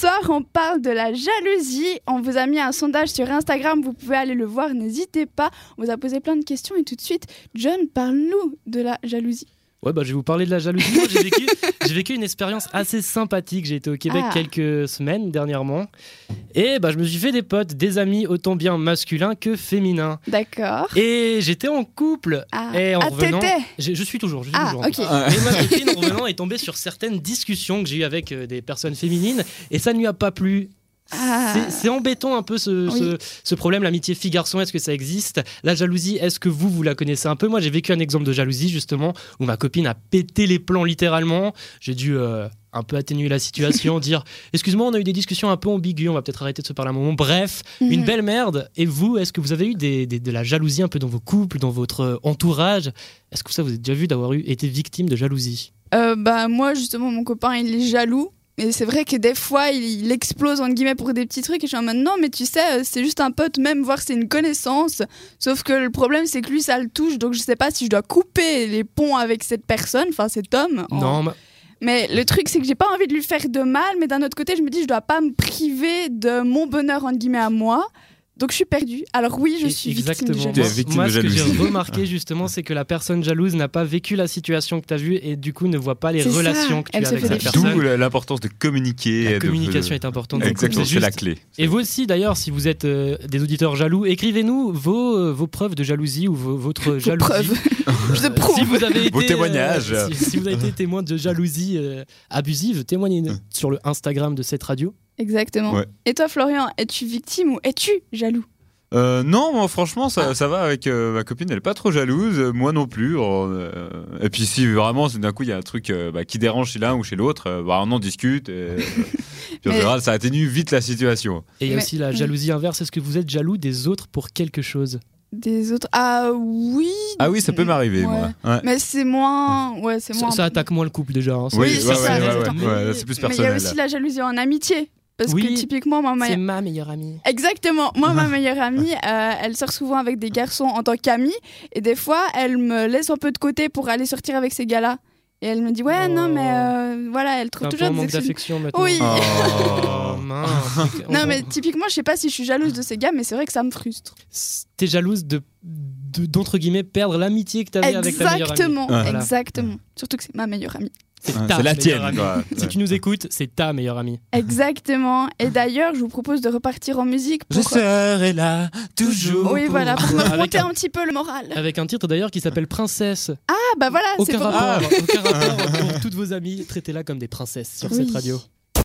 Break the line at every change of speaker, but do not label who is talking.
soir, on parle de la jalousie. On vous a mis un sondage sur Instagram, vous pouvez aller le voir, n'hésitez pas. On vous a posé plein de questions et tout de suite, John, parle-nous de la jalousie.
Ouais, bah, je vais vous parler de la jalousie. Moi, j'ai vécu, j'ai vécu une expérience assez sympathique. J'ai été au Québec
Ah.
quelques semaines dernièrement. Et bah, je me suis fait des potes, des amis autant bien masculins que féminins.
D'accord.
Et j'étais en couple.
Ah,
Et en
Ah,
revenant-
t'étais
J'ai- Je suis toujours. Je suis
Ah,
toujours en
ok.
Ah,
Et ma copine, en revenant, est tombée sur certaines discussions que j'ai eues avec euh, des personnes féminines et ça ne lui a pas plu.
Ah.
C'est- C'est embêtant un peu ce,
Oui.
ce- ce problème, l'amitié fille-garçon, est-ce que ça existe La jalousie, est-ce que vous, vous la connaissez un peu Moi, j'ai vécu un exemple de jalousie, justement, où ma copine a pété les plans littéralement. J'ai dû euh, un peu atténuer la situation, dire Excuse-moi, on a eu des discussions un peu ambiguës, on va peut-être arrêter de se parler un moment. Bref, une
Mhm.
belle merde. Et vous, est-ce que vous avez eu des- des- de la jalousie un peu dans vos couples, dans votre euh, entourage Est-ce que ça, vous avez déjà vu d'avoir eu, été victime de jalousie
Euh, bah moi justement mon copain il est jaloux et c'est vrai que des fois il, il explose entre guillemets pour des petits trucs et je suis en mode non mais tu sais euh, c'est juste un pote même voir c'est une connaissance sauf que le problème c'est que lui ça le touche donc je sais pas si je dois couper les ponts avec cette personne enfin cet homme en-
Non, mais-
mais le truc c'est que j'ai pas envie de lui faire de mal mais d'un autre côté je me dis je dois pas me priver de mon bonheur entre guillemets à moi donc je suis perdue alors oui je
Et-
suis
exactement.
victime de
Tu es
jalousie.
victime
Moi,
de
ce que j'ai
jalousie.
remarqué justement, c'est que la personne jalouse n'a pas vécu la situation que tu as vue et du coup ne voit pas les
C'est ça.
relations que tu
Elle
as
se
avec
fait
cette
des
D'où
personne.
l'importance de communiquer. et
La
de-
communication
de-
est importante. dans le couple,
Exactement,
c'est
c'est la
juste.
clé.
Et vous aussi, d'ailleurs, si vous êtes euh, des auditeurs jaloux, écrivez-nous vos, euh, vos preuves de jalousie ou vos- votre
Vos
jalousie.
preuves. je
Euh,
prouve
Si vous avez été,
Vos
euh,
témoignages.
si, si vous avez été témoin de jalousie euh, abusive, témoignez
Hum.
nous sur le Instagram de cette radio.
exactement
Ouais.
et toi Florian es-tu victime ou es-tu jaloux
Euh, non, moi, franchement, ça, ça va avec euh, ma copine, elle est pas trop jalouse, euh, moi non plus. euh, et puis si vraiment, c'est- d'un coup, il y a un truc euh, bah, qui dérange chez l'un ou chez l'autre, euh, bah, on en discute. Et, euh, puis en
Mais-
général, ça atténue vite la situation.
Et il y a
Mais-
aussi la
oui.
jalousie inverse. Est-ce que vous êtes jaloux des autres pour quelque chose
Des autres. Ah oui
Ah oui, ça peut m'arriver,
Ouais.
moi. Ouais.
Mais c'est moins. Ouais, c'est
ça,
moins.
ça attaque moins le couple déjà. hein.
Oui,
Oui,
c'est
ouais,
ça,
ouais,
mais
ouais,
attends.
ouais, ouais, là, c'est
Mais
plus
il y a
personnel.
aussi la jalousie en amitié. Parce
Oui.
que typiquement, moi, ma...
C'est ma meilleure amie.
Exactement. Moi, ma meilleure amie, euh, elle sort souvent avec des garçons en tant qu'amie. Et des fois, elle me laisse un peu de côté pour aller sortir avec ces gars-là. Et elle me dit, ouais,
Oh.
non, mais euh, voilà, elle
C'est
trouve
un peu
toujours
un
des
manque
excuses.
d'affection maintenant.
Oui.
Oh.
Oh, mince.
Non, mais typiquement, je sais pas si je suis jalouse de ces gars, mais c'est vrai que ça me frustre.
T'es jalouse de de- d'entre guillemets perdre l'amitié que t'avais avec ta meilleure amie.
Exactement,
Voilà.
exactement. Surtout que c'est ma meilleure amie.
C'est
Ouais,
ta
C'est la
meilleure
tienne,
amie.
quoi.
Si tu nous écoutes, c'est ta meilleure amie.
Exactement. Et d'ailleurs, je vous propose de repartir en musique pour. euh,
serai là,
Oui, voilà, pour me
Avec
remonter
un-
un petit peu le moral.
Avec un titre d'ailleurs qui s'appelle Princesse.
Ah bah voilà, c'est
Aucun
pour...
Ah.
rapport, aucun rapport pour toutes vos amies. Traitez-la comme des princesses sur
Oui.
cette radio.